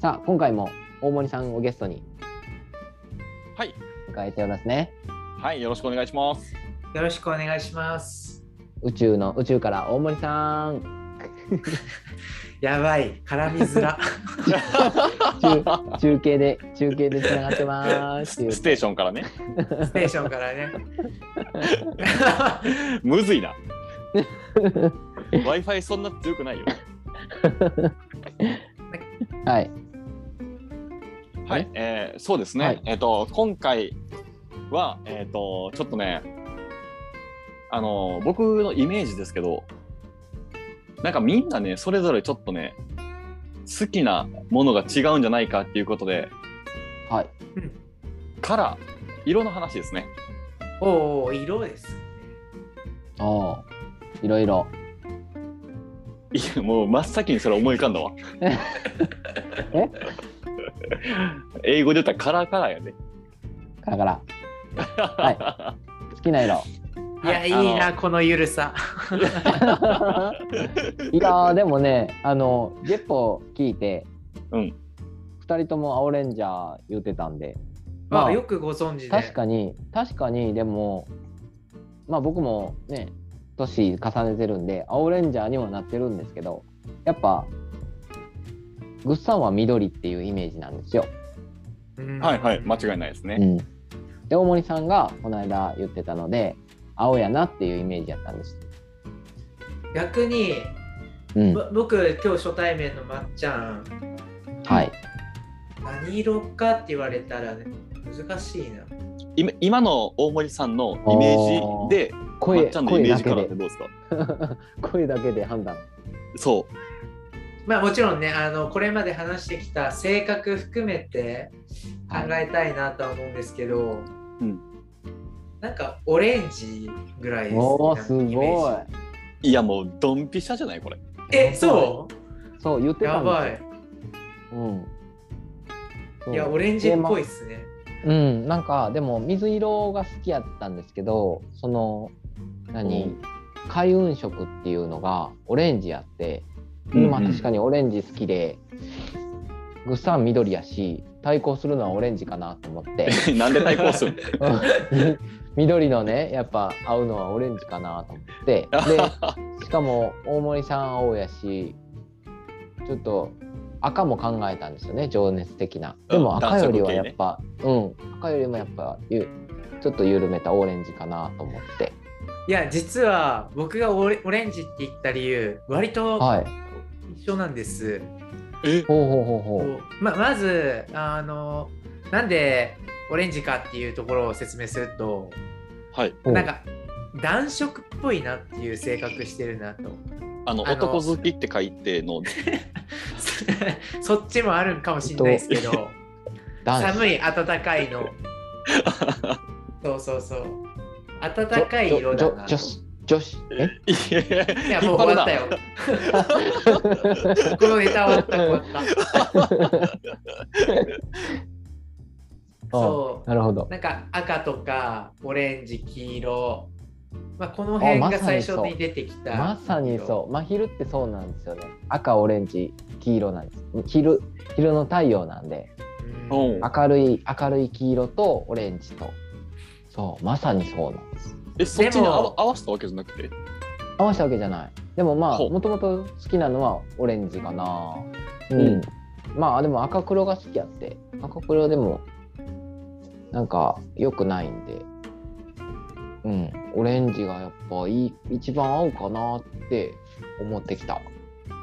さあ今回も大森さんをゲストにはい、迎えておりますねはい、よろしくお願いします。よろしくお願いします。宇宙の宇宙から大森さんやばい、絡みづら。中中継で中継でつながってますっていう ステーションからね、 ステーションからね。むずいな。Wi-Fi そんな強く ないよ。はいはい、えー、そうですね。はいえっ、と今回はえっ、とちょっとね、あの僕のイメージですけど、なんかみんなねそれぞれちょっとね好きなものが違うんじゃないかっていうことで、はいカラー色の話ですね。おお、色です。おおーいろいろいやもう真っ先にそれ思い浮か んだわ。え英語で言ったらカラーカラーやで、カラカラ好きな色いや、はいいいな、このゆるさ。いやーでもねあのジェッポ聞いて、うん2人とも青レンジャー言ってたんでまああ、よくご存知で。確かに確かにでもまあ僕もね年重ねてるんで青レンジャーにはなってるんですけどやっぱグッサンは緑っていうイメージなんですよ。うんはいはい間違いないですね。うん、で大森さんがこの間言ってたので青やなっていうイメージやったんです。逆に、うん、ぼ僕、今日初対面のまっちゃん、はい何色かって言われたらね、難しいな。今今の大森さんのイメージでま声っちゃんのイ声メーだジかけらってどでうですか声だけで判断。そまあもちろんね、あのこれまで話してきた性格含めて考えたいなとは思うんですけど、うんなんかオレンジぐらいですおおすなんかイメごいージ。ういやもうドンピシャじゃないこれえ、そそう言っうてたやんですよ。ばい。うん。そういや、オレンジっぽいっすね。うん、なんかでも水色が好きやったんですけどそのう何ん開運色っていうのがオレンジやって、うんうんまあ確かにオレンジ好きでぐっさん緑やし対抗するのはオレンジかなと思って なんで対抗するのうん 緑のねやっぱ合うのはオレンジかなと思って でしかも大森さん青やしちょっと赤も考えたんですよね情熱的なでうもん赤よりは暖色系やっねぱ、うん赤よりもやっぱゆちょっと緩めたオレンジかなと思っていや、実は僕がオレオレンジって言った理由、割とはい一緒なんです。えほうほうほうほうこうままずあの、なんでオレンジかっていうところを説明すると、はいほうなんか暖色っぽいなっていう性格してるなとあのあの男好きって書いての そっちもあるんかもしれないですけど男子寒い暖かいのそうそうそう暖かい色だなじょ女子女子いやいいややもう終わった引よっ張るこのネタ終わった終わったそえなるほどうなんか赤とかオレンジ黄色、まあ、この辺あまがさ最にそう初に出てきたまさにそう真昼ってそうなんですよね赤オレンジ黄色なんです昼昼の太陽なんでうんなうん明るい明るい黄色とオレンジとそうまさにそうなんですえそっちでにも合わ合わせたわけじゃなくて合わせたわけじゃないでもまあほうもともと好きなのはオレンジかなうん、うんまあでも赤黒が好きやって赤黒でもなんか良くないんでうんオレンジがやっぱいい一番合うかなって思ってきた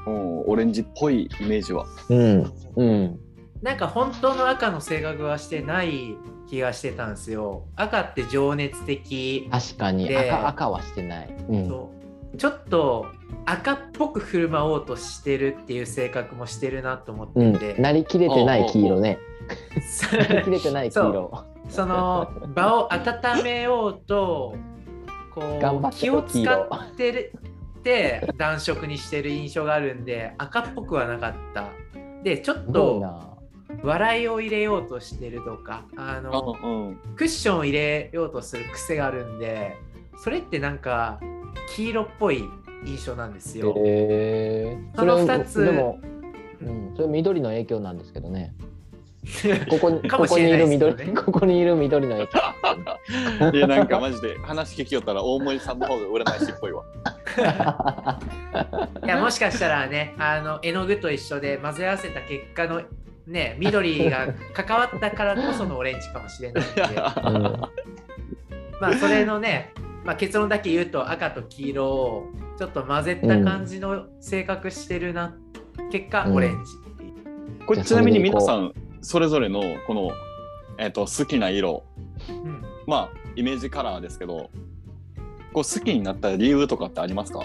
うんオレンジっぽいイメージはうんうんなんか本当の赤の性格はしてない気がしてたんですよ。赤って情熱的、確かにで赤赤はしてない、うん、そうちょっと赤っぽく振る舞おうとしてるっていう性格もしてるなと思っうてんて、なりきれてない黄色ねなりきれてない黄そう色 その場を温めようとこ頑張うって気を使ってるって暖色にしてる印象があるんで赤っぽくはなかった。でちょっすごいとな笑いを入れようとしてるとかああのうんクッションを入れようとする癖があるんでそれってなんか黄色っぽい印象なんですよ。へえその二つでもうん、それ緑の影響なんですけどね。んここに、 かこもこしにれいなるいですよ緑、ねここにいる緑 の影響。いやなんかマジで話聞きよったら大森さんの方が占い師っぽいわ。いやもしかしたらねあの絵の具と一緒で混ぜ合わせた結果のね緑が関わったからこそのオレンジかもしれ ないんでうんまあそれのね、まあ、結論だけ言うと赤と黄色をちょっと混ぜた感じの性格してるな、結果うんオレンジ、これちなみに皆さんそれぞれのこの、えっと好きな色うんまあイメージカラーですけどこう好きになった理由とかってありますか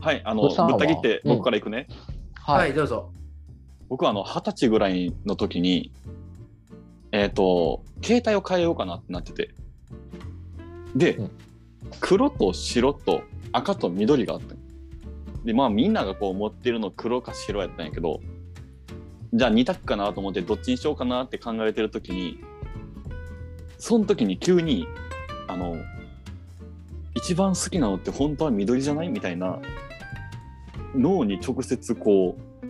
はいあのぶお父さんはった切ってうん僕からいくね、は、はいい。どうぞ僕はあの二十歳ぐらいの時にえっ、と携帯を変えようかなってなっててで、うん黒と白と赤と緑があったのでまあみんながこう持ってるの黒か白やったんやけどじゃあ二択かなと思ってどっちにしようかなって考えてる時にその時に急にあの一番好きなのって本当は緑じゃないみたいな脳に直接こう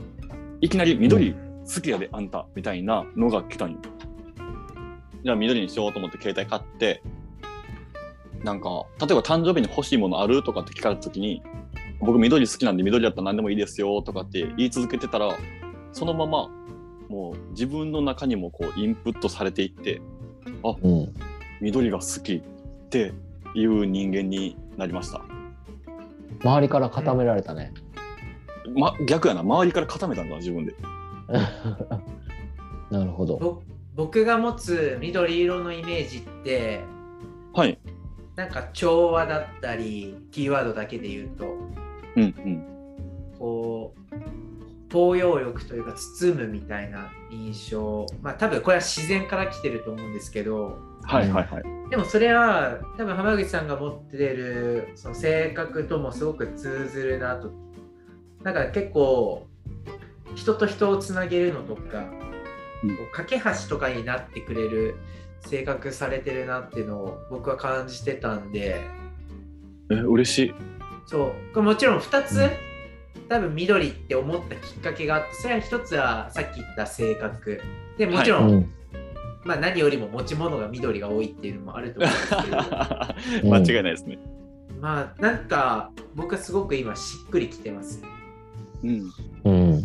いきなり緑好きやであんたみたいなのが来たんよ。じゃあ緑にしようと思って携帯買ってなんか例えば誕生日に欲しいものあるとかって聞かれた時に僕緑好きなんで緑だったら何でもいいですよとかって言い続けてたらそのままもう自分の中にもこうインプットされていってうん。緑が好きっていう人間になりました。周りから固められたね。 ま、逆やな周りから固めたんだ自分で。なるほど。ぼ僕が持つ緑色のイメージってはい。なんか調和だったりキーワードだけで言うとうんうん。こう東洋浴というか包むみたいな印象まあ多分これは自然から来てると思うんですけどはいはいはい。でもそれは多分浜口さんが持ってるその性格ともすごく通ずるなとなんか結構人と人をつなげるのとか、うんこう架け橋とかになってくれる性格されてるなっていうのを僕は感じてたんでえ嬉しい。そうこれもちろん2つ、うん多分緑って思ったきっかけがあってそれは1つはさっき言った性格でもちろ、うんん。まあ、何よりも持ち物が緑が多いっていうのもあると思うんですけど。 間 うん違いないですね。まあなんか僕はすごく今しっくりきてます。うん。いうん。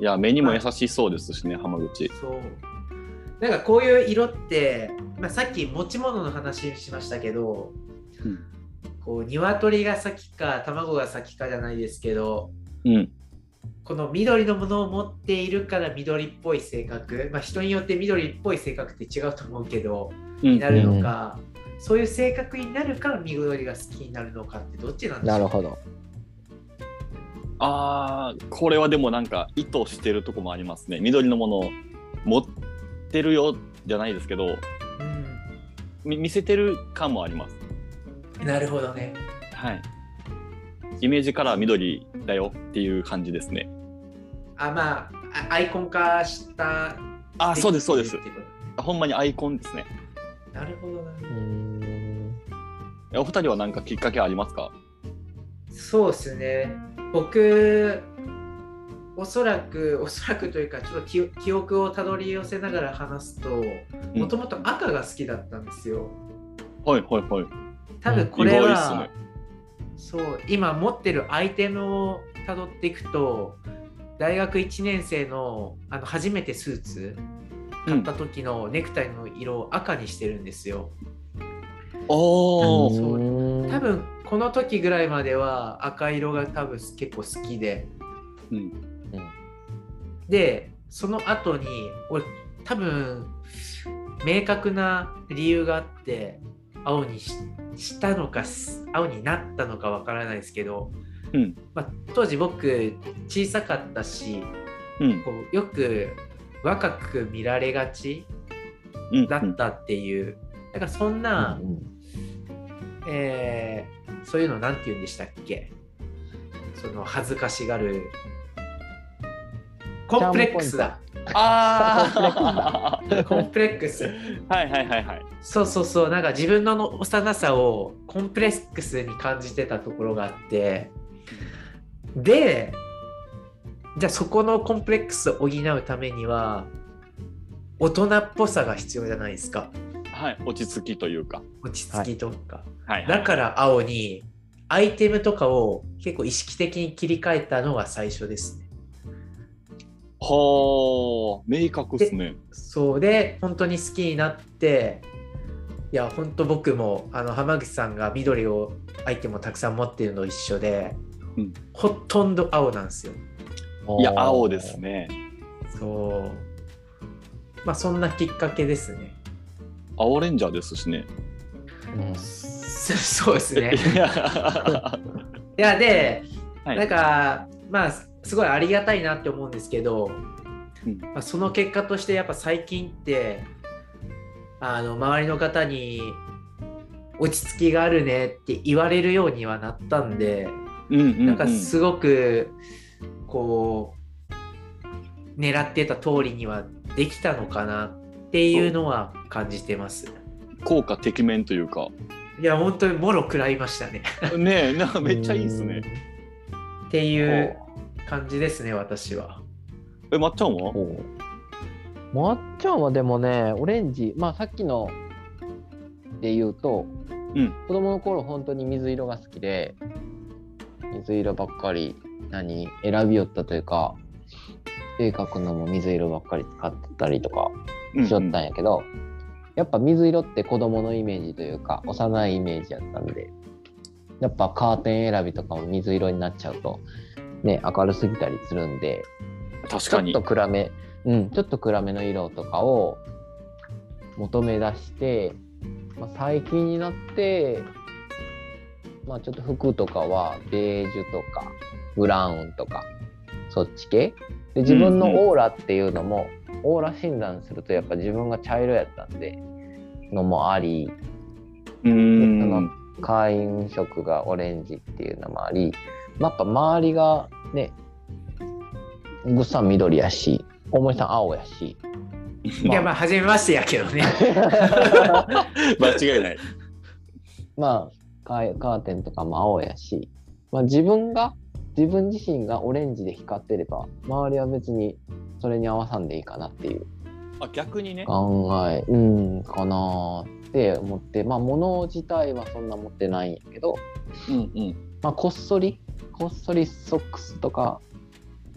や目にも優しそうですしね浜口。そう。なんかこういう色って、まあ、さっき持ち物の話しましたけど、うんこう鶏が先か卵が先かじゃないですけどうん。この緑のものを持っているから緑っぽい性格、まあ、人によって緑っぽい性格って違うと思うけどうんになるのか、そういう性格になるから緑が好きになるのかってどっちなんでしなょるうほど。あーこれはでもなんか意図してるとこもありますね。緑のものを持ってるよじゃないですけどみ見せてる感もあります。うん、なるほどね。はい。イメージカラー緑だよっていう感じですね。あまああアイコン化したあーそうですそうですっ。てことほんまにアイコンですね。なるほどな。うん。えお二人は何かきっかけありますかそうですね。僕、おそらく、おそらくというか、ちょっと記記憶をたどり寄せながら話すと、んもともと赤が好きだったんですよ。はいはいはい。多分これ意外っすねは、そう、今持ってるアイテムをたどっていくと、大学1年生のあの初めてスーツ買った時のネクタイの色を赤にしてるんですよ。おーそううん多分この時ぐらいまでは赤色が多分結構好きで、うんでその後に俺多分明確な理由があって青にししたのかす青になったのかわからないですけど、うんまあ、当時僕小さかったしうんこうよく若く見られがちうんだったっていう、だからそんな、えーそういうのなんて言うんでしたっけその恥ずかしがるコンプレックスだあーコンプレックス はいはいはいはい。そうそうそうなんか自分のの幼さをコンプレックスに感じてたところがあってで、じゃあそこのコンプレックスを補うためには、大人っぽさが必要じゃないですか。はい、落ち着きというか。落ち着きとか。はい、はいだから青に、アイテムとかを結構意識的に切り替えたのが最初ですね。はあ、明確ですね。そうで、本当に好きになって、いや、本当僕も、あの、浜口さんが緑を、アイテムをたくさん持ってるの一緒で、うんほとんど青なんですよ。いや、青です。ね。そう。まあ、そんなきっかけですね。青レンジャーですしね。うんそ そうですね。いやはいやで、はいなんかまあすごいありがたいなって思うんですけど、うんまあ、その結果としてやっぱ最近ってあの周りの方に落ち着きがあるねって言われるようにはなったんで、い、 うんうん、うん。なんかすごくこう狙ってた通りにはできたのかなっていうのは感じてます。効果てきめんというか。いや本当にもろ食らいましたねねえ、なんかめっちゃいいですね。。っていうほ感じですね私は。うえ、まっちゃんはほうまっちゃんはでもねオレンジまあさっきので言うと、うん子供の頃本当に水色が好きで水色ばっかり何選びよったというか絵描くのも水色ばっかり使ってたりとかうんしよったんやけど、やっぱ水色って子供のイメージというか幼いイメージやったんでやっぱカーテン選びとかも水色になっちゃうとね明るすぎたりするんで確ちょかっにと。暗め、うん、ちょっと暗めの色とかを求め出して、まあ、最近になって、まあ、ちょっと服とかはベージュとかブラウンとかそっち系で自分のオーラっていうのも、オーラ診断するとやっぱ自分が茶色やったんでのもありうーそのん。会員色がオレンジっていうのもありやっぱ周りがねぐっさん緑やし大森さん青やしいやままああ初めましてやけどね 間違いない。まあカーカーテンとかも青やし、まあ、自分が自分自身がオレンジで光ってれば周りは別にそれに合わさんでいいかなっていうあ、逆にね。考えうんかなーって思ってまあ物自体はそんな持ってないんやけどうんうん。まあ、こっそりこっそりソックスとか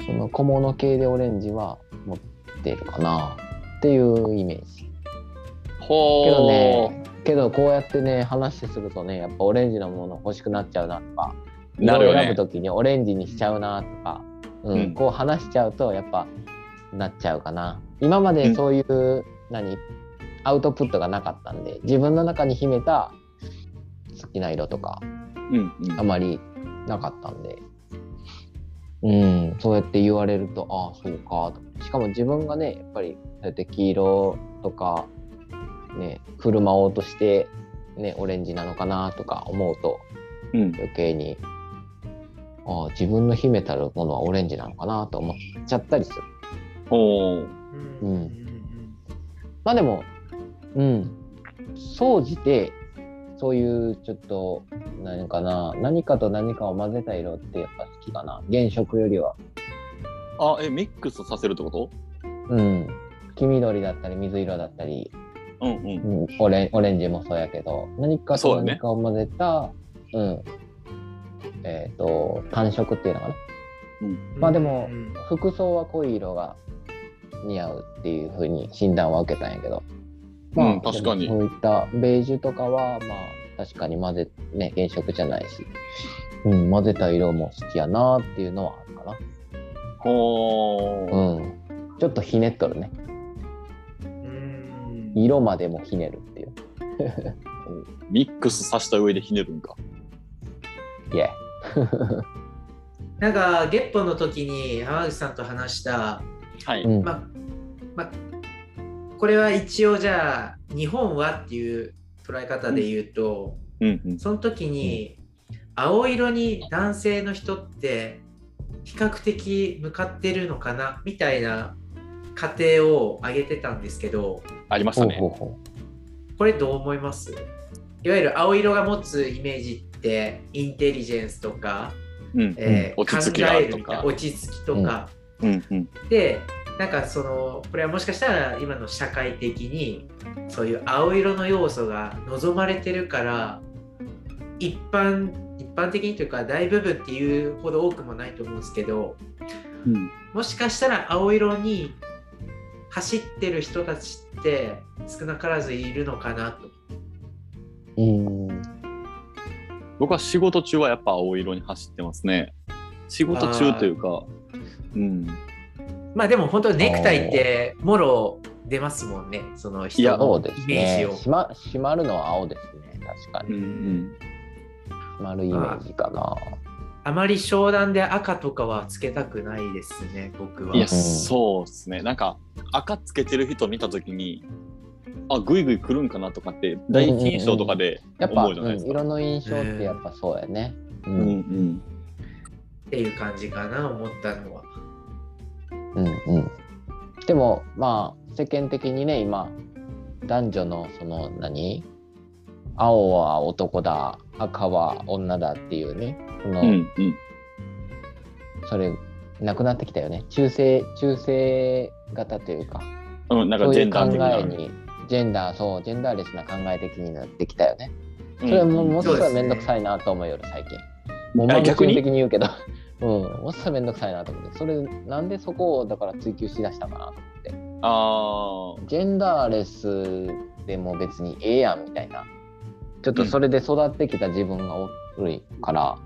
その小物系でオレンジは持ってるかなっていうイメージけどほー。ねけどこうやってね話してするとねやっぱオレンジのもの欲しくなっちゃうなとかなるよね色を選ぶ時にオレンジにしちゃうなとか、うんうんこう話しちゃうとやっぱなっちゃうかな今までそういう、何アウトプットがなかったんで自分の中に秘めた好きな色とかうんうんあまりなかったんで、うん、そうやって言われると、ああ、そうかと。しかも自分がね、やっぱり、そうやって黄色とか、ね、車を落として、ね、オレンジなのかなとか思うと、うん。余計に、ああ、自分の秘めたるものはオレンジなのかなと思っちゃったりする。ほー。うんうんまあでも、うん、総じて、そういうちょっと、何かな、何かと何かを混ぜた色ってやっぱ好きかな。原色よりは。あ、え、ミックスさせるってことうん。黄緑だったり、水色だったり、うんうん。うん、オレンオレンジもそうやけど、何かそうとだね何かを混ぜた、うん。えっ、と、単色っていうのかな。まあでもうん服装は濃い色が似合うっていうふうに診断は受けたんやけど、うん確かにそういったベージュとかはまあ確かに混ぜね原色じゃないし、うん、混ぜた色も好きやなっていうのはあるかなほー。うんちょっとひねっとるねうん色までもひねるっていうミックスさした上でひねるんか。イエなんか月歩の時に浜口さんと話した、はい。ー、うんまあまあ、これは一応じゃあ日本はっていう捉え方で言うと、うんうん。その時に青色に男性の人って比較的向かってるのかなみたいな過程を挙げてたんですけど、ありましほたうね。ほうほこれどう思いますいわゆる青色が持つイメージってインテリジェンスとかうんえー落ち着き考があえるるとみたいかな落ち着きとか、うんうんでなんかそのこれはもしかしたら今の社会的にそういう青色の要素が望まれてるから一般一般的にというか大部分っていうほど多くもないと思うんですけどうんもしかしたら青色に走ってる人たちって少なからずいるのかなと。うん。僕は仕事中はやっぱ青色に走ってますね仕事中というかうんまあでも本当ネクタイってもろ出ますもんねその人いやそのうですイメねージを。。しま、閉まるのは青ですね。確かうんうに。ん閉まるイメージかな。あまり商談で赤とかはつけたくないですね僕は。いうんやそうですねなんか赤つけてる人見た時にあグイグイ来るんかなとかって第一印象とかでやっぱ、思うじゃないですうんか色の印象ってやっぱそうやね。う。うんうんんっていう感じかな思ったのは。うんうん。でも、まあ、世間的にね、今、男女のその何青は男だ、赤は女だっていうね、その、うんうんそれ、なくなってきたよね。中性、中性型というか。うんなんかジェンダーそう的ないう考えにジェンダーそうジェンダーレスな考え的になってきたよねそれはもうもうすそうぐですね面倒くさいなと思うより最近うんもあう逆逆に的に言うけど うんもうすぐ面倒くさいなと思ってそれなんでそこをだから追求しだしたかなあジェンダーレスでも別にええやんみたいなちょっとそれで育ってきた自分がおるから、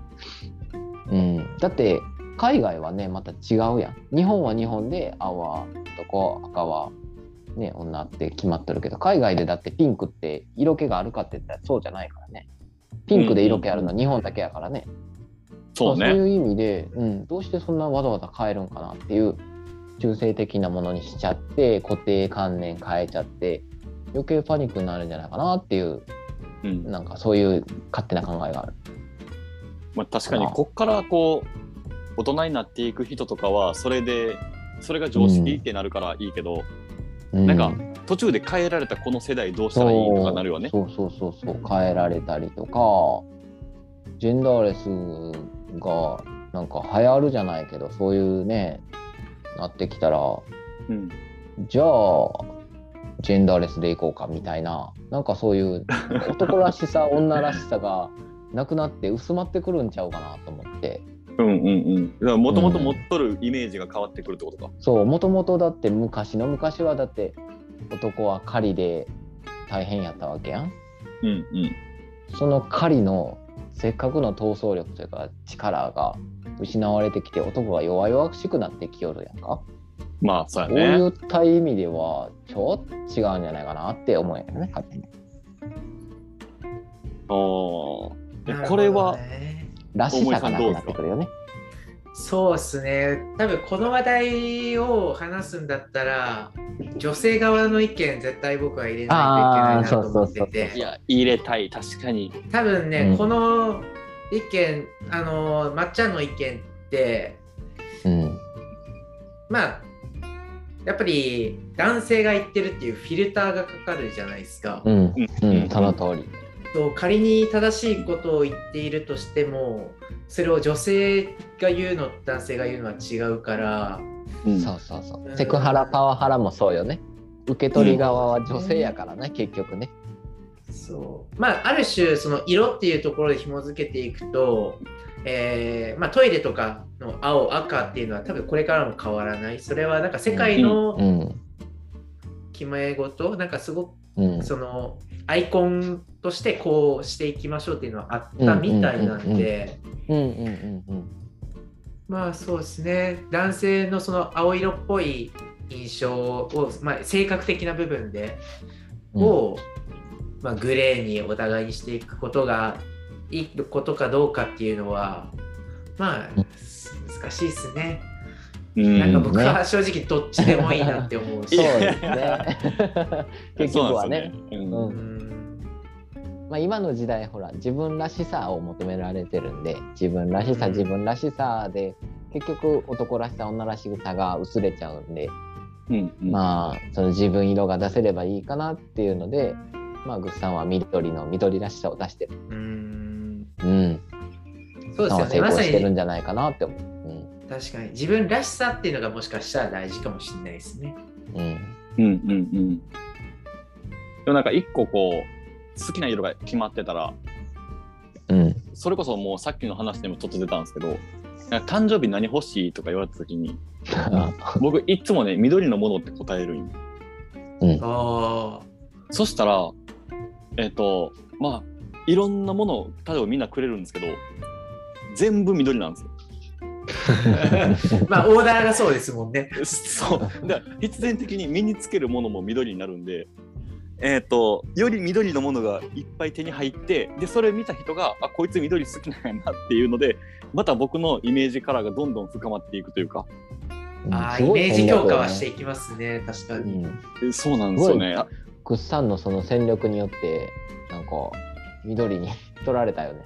うんだって海外はねまた違うやん日本は日本で青は男赤はね女って決まってるけど海外でだってピンクって色気があるかって言ったらそうじゃないからねピンクで色気あるのは日本だけやからね、あそうそうねいう意味で、うん、どうしてそんなわざわざ変えるんかなっていう中性的なものにしちゃって固定観念変えちゃって余計パニックになるんじゃないかなっていううんなんかそういう勝手な考えがある。まあ、確かにこっからこう大人になっていく人とかはそれでそれが常識ってなるからいいけど、うなんか途中で変えられたこの世代どうしたらいいとかなるよね。そうそうそうそう変えられたりとかジェンダーレスがなんか流行るじゃないけどそういうねなってきたらうん、じゃあジェンダーレスでいこうかみたいななんかそういう男らしさ女らしさがなくなって薄まってくるんちゃうかなと思ってうんうんうん。だからもともと持っとるイメージが変わってくるってことか。そうもともとだって昔の昔はだって男は狩りで大変やったわけやんうんうん。その狩りのせっかくの闘争力というか力が失われてきて男が弱々しくなってきよるやんか、まあそうやこういね。った意味ではちょっと違うんじゃないかなって思うよね勝手におなるほどねこれは、らしさがなくなってくるよねそうですね多分この話題を話すんだったら女性側の意見絶対僕は入れないといけないなと思ってあーそうそういてや入れたい確かに。多分ね、うんこの意見あのまっちゃんの意見ってうんまあやっぱり男性が言ってるっていうフィルターがかかるじゃないですか。うんうん、うん、その通り。と仮に正しいことを言っているとしてもそれを女性が言うのと男性が言うのは違うからうんそうそうそうう。んセクハラ、パワハラもそうよね。受け取り側は女性やからね、結局ね。そうまあある種その色っていうところで紐づけていくと、えーまあ、トイレとかの青赤っていうのは多分これからも変わらないそれはなんか世界うのん。決め事なんかすごうんく。そのアイコンとしてこうしていきましょうっていうのはあったみたいなんで。うんうんうんまあそうですね男性のその青色っぽい印象を、まあ、性格的な部分で、うん。を、まあ、グレーにお互いにしていくことがいいことかどうかっていうのはまあうん難しいですね、うんなんかも僕は正直どっちでもいいなって思うしそういや ですね。結そう局なはんでね。すようね。うんんうんまあ、今の時代ほら自分らしさを求められてるんで自分らしさうん自分らしさで結局男らしさ女らしさが薄れちゃうんで、うんうん。まあその自分色が出せればいいかなっていうので、まあ、グッさんは緑の緑らしさを出してる。うんうん、そうそうです成よねま功さしてるにんじゃないかなって思う。確かに自分らしさっていうのがもしかしたら大事かもしれないですねうんうんうんうんうん。でもなんか一個こう、好きな色が決まってたら、うんそれこそもうさっきの話でもちょっと出たんですけど、なんか誕生日何欲しいとか言われた時に、僕いつもね、緑のものって答えるんよあそしたら、えっ、と、まあ、いろんなものを、例えばみんなくれるんですけど、全部緑なんですよ。あまあオーダーがそうですもんね そう。で、必然的に身につけるものも緑になるんで、えっ、と、より緑のものがいっぱい手に入って、で、それを見た人が、あ、こいつ緑好きなんやなっていうので、また僕のイメージカラーがどんどん深まっていくというか、うんああすイごいメージ強化戦略だねはしていきますね確かうにんえそうなんですよね。あグッサンのその戦略によってなんか緑に取られたよね。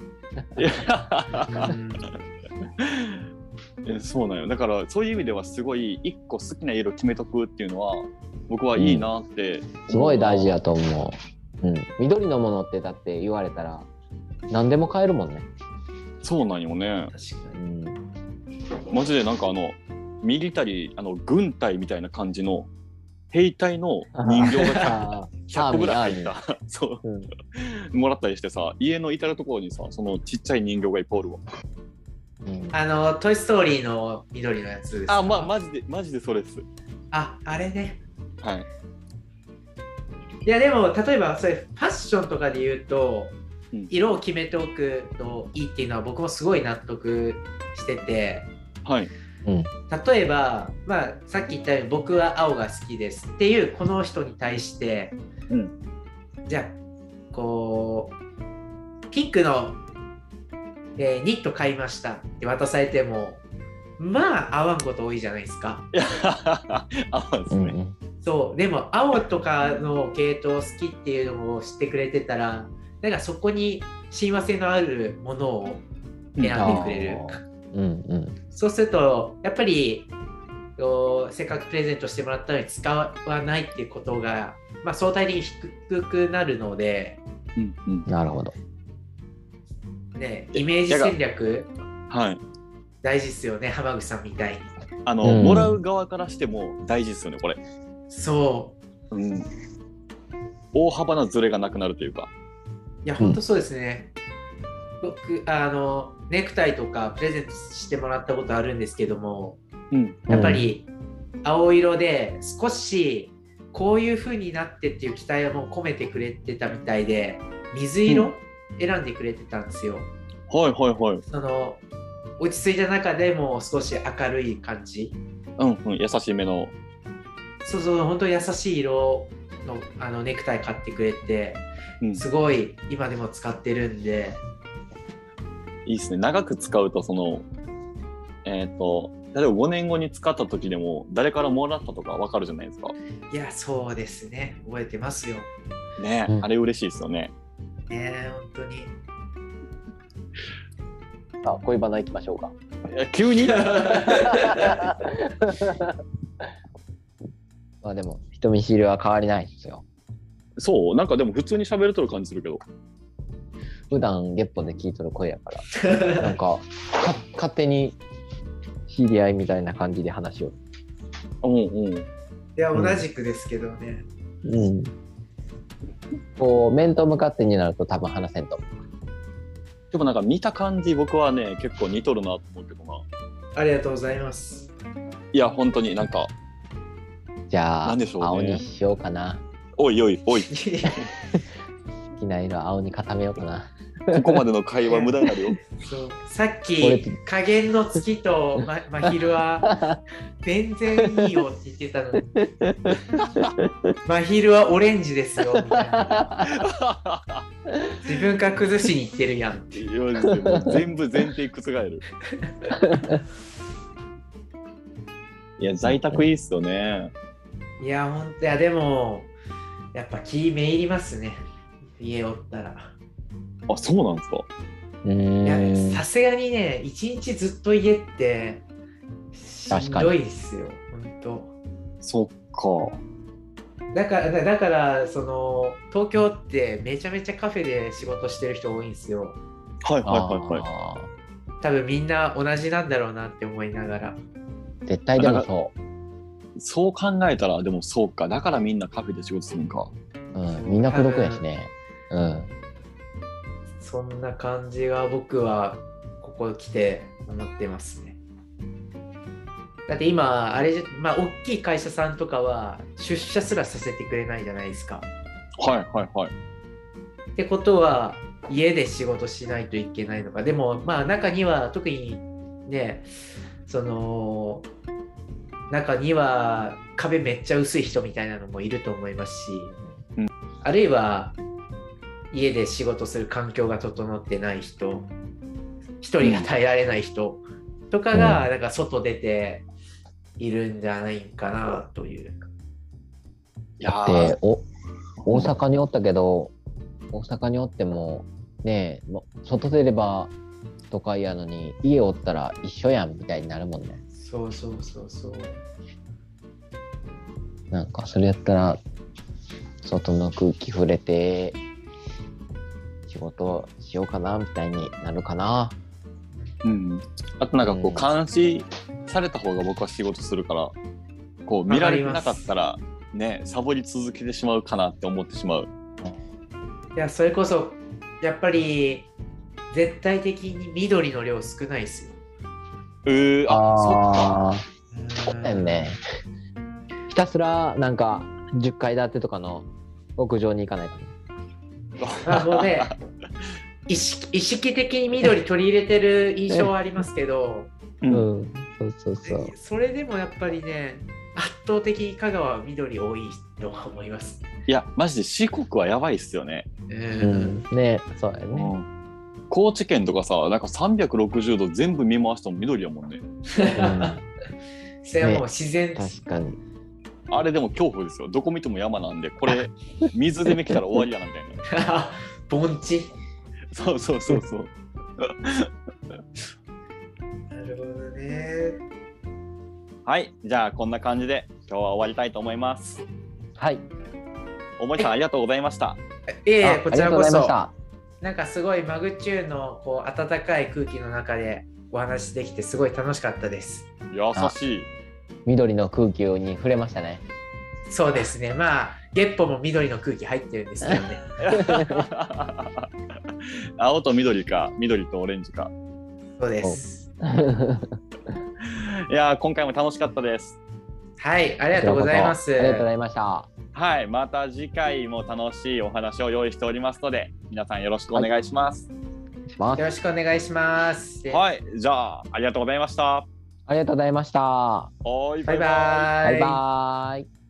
いやうん えそうなんよだからそういう意味ではすごい一個好きな色決めとくっていうのは僕はいいなって、すごい大事やと思う。うん、緑のものってだって言われたら何でも買えるもんね。そうなんよね確かうにん、マジでなんかあのミリタリーあの軍隊みたいな感じの兵隊の人 形が あー 100, 個ぐらい入っアた そうんうもらったりしてさ家の至る所にさそのちっちゃい人形がいっぱいおるわうんあの「トイ・ストーリー」の緑のやつですかあまあマジでマジでそれですああれねはいいやでも例えばそれファッションとかで言うと、うん色を決めておくといいっていうのは僕もすごい納得しててはい うん例えば、まあ、さっき言ったように僕は青が好きですっていうこの人に対して、うんじゃあこうピンクの、えーニット買いましたって渡されてもまあ合わんこと多いじゃないですか。いやあそうですうんうね、んそうでも青とかの系統好きっていうのを知ってくれてたらなんかそこに親和性のあるものを選んでくれるあうんうんそうするとやっぱりこうせっかくプレゼントしてもらったのに使わないっていうことが、まあ、相対的に低くなるので、うんうんなるほど。ね、えイメージ戦略はい大事ですよね浜口さんみたいにあの、うんもらう側からしても大事ですよねこれそううん、大幅なズレがなくなるというか、いや本当そうですね、僕あのネクタイとかプレゼントしてもらったことあるんですけどもうん、やっぱり青色で少しこういう風になってっていう期待をもう込めてくれてたみたいで水う色ん選んでくれてたんですよ。はいはいはい、その落ち着いた中でも少し明るい感じうんうん、優しめの、そうそう本当に優しい色のあのネクタイ買ってくれてうん、いすごい今でも使ってるんでいですね長く使うとそのえっ、と例えば5年後に使った時でも誰からもらったとかわかるじゃないですかいやそうですね覚えてますよ。ね、うんあれ嬉しいですよねねえ本当にうんさあ恋バナ行きましょうか。いや 急にまあでも人見知りは変わりないですよ。そうなんかでも普通に喋れとる感じするけど普段ゲッポで聞いとる声やから。なんかか勝手に知り合いみたいな感じで話を。うんうん いやうん同じくですけどね、うん、こう面と向かってになると多分話せんと思でもなんか見た感じ僕はね結構似とるなと思うけどなありがとうございます。いや本当になんかう。じゃあ、なんでしょうね青にしようかな。おいおいおい好きな色青に固めようかな。ここまでの会話無駄になるよそうさっ俺き加減の月と、ま、真昼は全然いいよって言ってたのに真昼はオレンジですよみたいな自分から崩しに行ってるやんいやもう全部前提覆 る。いや、在宅いいっすよね。いやほんといやでもやっぱ気めいりますね家おったらあ、そうなんですか。ういやーんさすがにね一日ずっと家ってしんどいっすよほんとそっだからだだからその東京ってめちゃめちゃカフェで仕事してる人多いんですよか。はいはいはいはい。あ多分みんな同じなんだろうなって思いながら絶対でもそそう考えたら、でもそうか。だからみんなカフェで仕事するんか。う。うん、みんな孤独やしね。うん。そんな感じが僕はここ来て思ってますね。だって今あれじゃまあ大きい会社さんとかは出社すらさせてくれないじゃないですか。はいはいはい。ってことは家で仕事しないといけないのかでもまあ中には特にねその中には壁めっちゃ薄い人みたいなのもいると思いますし、うんあるいは家で仕事する環境が整ってない人一人が耐えられない人とかがなんか外出ているんじゃないかなという。いやーで、お、大阪におったけど、大阪におっても、ねえ、も外出れば都会やのに、家おったら一緒やんみたいになるもんね。そうそうそうそう。なんかそれやったら外の空気触れて仕事しようかなみたいになるかなうん、あとなんかうこうん監視された方が僕は仕事するからこう見られてなかったらねサボり続けてしまうかなって思ってしまういやそれこそやっぱり絶対的に緑の量少ないですよ。うーあそっあかそっかだよねひたすらなんか10階建てとかの屋上に行かないとまあもう ね意識意識的に緑取り入れてる印象はありますけど、 ううんん、そうそうそうそれでもやっぱりね圧倒的に香川は緑多いとは思います。いやマジで四国はやばいっすよね、ううんんねそうやね高知県とかさなんか360度全部見回しても緑やもんねそれはもう自然、確かにあれでも恐怖ですよどこ見ても山なんでこれ水攻め来たら終わりやなみたいな 盆地そうそうそうそうなるほどね。はいじゃあこんな感じで今日は終わりたいと思いますはいおもりさんありがとうございましたいえいえあこちらこありがとうございましそ。たなんかすごいマグチューンのこう温かい空気の中でお話できてすごい楽しかったです。優 しい緑の空気に触れましたねそうですね。まあ月歩も緑の空気入ってるんですけど ね。青と緑か緑とオレンジかそうです。いやー今回も楽しかったですはい、ありがとうございまこす ちらこそあ。りがとうございましたはいまた次回も楽しいお話を用意しておりますので皆さんよろしくお願いしますしますよろしくお願いします。はい、じゃあありがとうございましたありがとうございましたはいババイイババイ。イバーイ